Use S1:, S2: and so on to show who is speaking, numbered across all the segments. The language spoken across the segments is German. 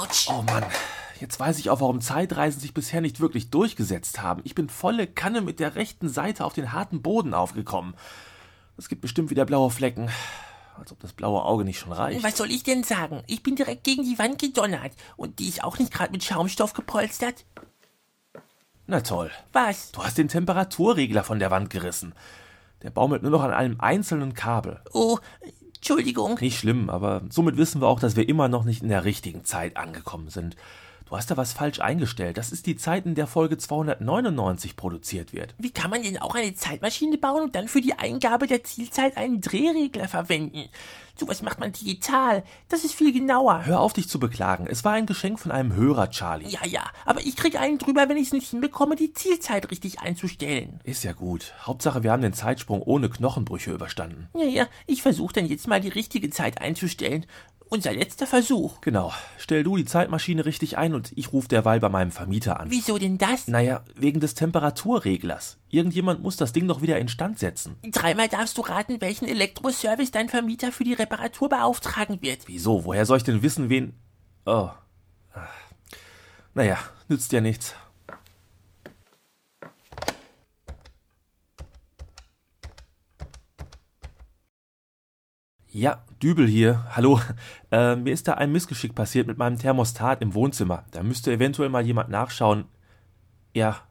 S1: Autsch.
S2: Oh Mann, jetzt weiß ich auch, warum Zeitreisen sich bisher nicht wirklich durchgesetzt haben. Ich bin volle Kanne mit der rechten Seite auf den harten Boden aufgekommen. Es gibt bestimmt wieder blaue Flecken. Als ob das blaue Auge nicht schon reicht.
S1: Was soll ich denn sagen? Ich bin direkt gegen die Wand gedonnert. Und die ist auch nicht gerade mit Schaumstoff gepolstert.
S2: Na toll.
S1: Was?
S2: Du hast den Temperaturregler von der Wand gerissen. Der baumelt nur noch an einem einzelnen Kabel.
S1: Oh, Entschuldigung.
S2: Nicht schlimm, aber somit wissen wir auch, dass wir immer noch nicht in der richtigen Zeit angekommen sind. Du hast da was falsch eingestellt. Das ist die Zeit, in der Folge 299 produziert wird.
S1: Wie kann man denn auch eine Zeitmaschine bauen und dann für die Eingabe der Zielzeit einen Drehregler verwenden? Sowas macht man digital. Das ist viel genauer.
S2: Hör auf, dich zu beklagen. Es war ein Geschenk von einem Hörer, Charlie.
S1: Ja, ja, aber ich krieg einen drüber, wenn ich es nicht hinbekomme, die Zielzeit richtig einzustellen.
S2: Ist ja gut. Hauptsache, wir haben den Zeitsprung ohne Knochenbrüche überstanden.
S1: Ja, ja, ich versuche dann jetzt mal die richtige Zeit einzustellen. Unser letzter Versuch.
S2: Genau. Stell du die Zeitmaschine richtig ein und ich rufe derweil bei meinem Vermieter an.
S1: Wieso denn das?
S2: Naja, wegen des Temperaturreglers. Irgendjemand muss das Ding doch wieder instand setzen.
S1: Dreimal darfst du raten, welchen Elektroservice dein Vermieter für die Reparatur beauftragen wird.
S2: Wieso? Woher soll ich denn wissen, wen. Oh. Naja, nützt ja nichts. Ja, Dübel hier. Hallo. Äh, mir ist da ein Missgeschick passiert mit meinem Thermostat im Wohnzimmer. Da müsste eventuell mal jemand nachschauen. Ja.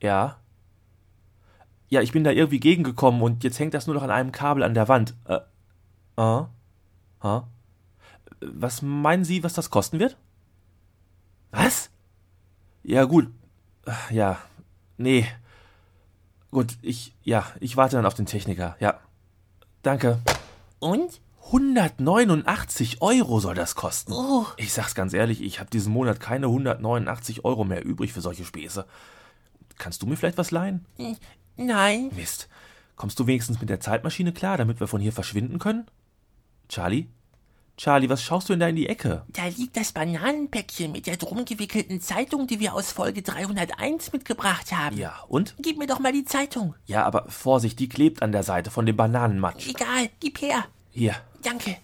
S2: Ja. Ja, ich bin da irgendwie gegengekommen und jetzt hängt das nur noch an einem Kabel an der Wand. Äh. Äh. Äh. Was meinen Sie, was das kosten wird? Was? Ja, gut. Ja. Nee. Gut, ich. Ja, ich warte dann auf den Techniker. Ja. Danke.
S1: Und?
S2: 189 Euro soll das kosten.
S1: Oh,
S2: Ich sag's ganz ehrlich, ich habe diesen Monat keine 189 Euro mehr übrig für solche Späße. Kannst du mir vielleicht was leihen?
S1: n- nein.
S2: Mist. Kommst du wenigstens mit der Zeitmaschine klar, damit wir von hier verschwinden können? Charlie? Charlie, was schaust du denn da in die Ecke?
S1: Da liegt das Bananenpäckchen mit der drum gewickelten Zeitung, die wir aus Folge 301 mitgebracht haben.
S2: Ja, und?
S1: Gib mir doch mal die Zeitung.
S2: Ja, aber Vorsicht, die klebt an der Seite von dem Bananenmatsch.
S1: Egal, gib her.
S2: Hier.
S1: Danke.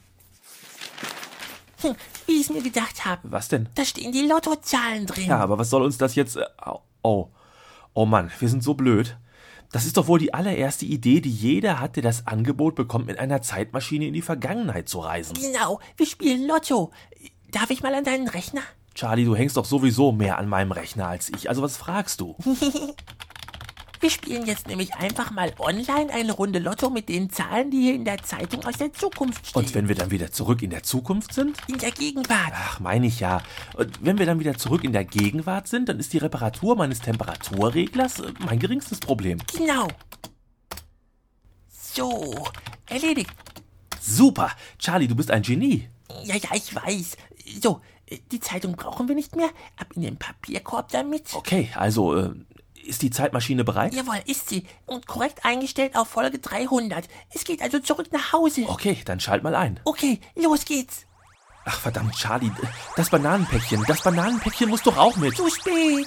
S1: Hm, wie ich es mir gedacht habe.
S2: Was denn?
S1: Da stehen die Lottozahlen drin.
S2: Ja, aber was soll uns das jetzt. äh, Oh. Oh Mann, wir sind so blöd. Das ist doch wohl die allererste Idee, die jeder hat, der das Angebot bekommt, mit einer Zeitmaschine in die Vergangenheit zu reisen.
S1: Genau, wir spielen Lotto. Darf ich mal an deinen Rechner?
S2: Charlie, du hängst doch sowieso mehr an meinem Rechner als ich. Also was fragst du?
S1: Wir spielen jetzt nämlich einfach mal online eine Runde Lotto mit den Zahlen, die hier in der Zeitung aus der Zukunft stehen.
S2: Und wenn wir dann wieder zurück in der Zukunft sind?
S1: in der Gegenwart.
S2: Ach, meine ich ja. Und wenn wir dann wieder zurück in der Gegenwart sind, dann ist die Reparatur meines Temperaturreglers äh, mein geringstes Problem.
S1: Genau. So, erledigt.
S2: Super. Charlie, du bist ein Genie.
S1: Ja, ja, ich weiß. So, die Zeitung brauchen wir nicht mehr. Ab in den Papierkorb damit.
S2: Okay, also äh, ist die Zeitmaschine bereit?
S1: Jawohl, ist sie. Und korrekt eingestellt auf Folge 300. Es geht also zurück nach Hause.
S2: Okay, dann schalt mal ein.
S1: Okay, los geht's.
S2: Ach verdammt, Charlie, das Bananenpäckchen, das Bananenpäckchen muss doch auch mit.
S1: Zu spät.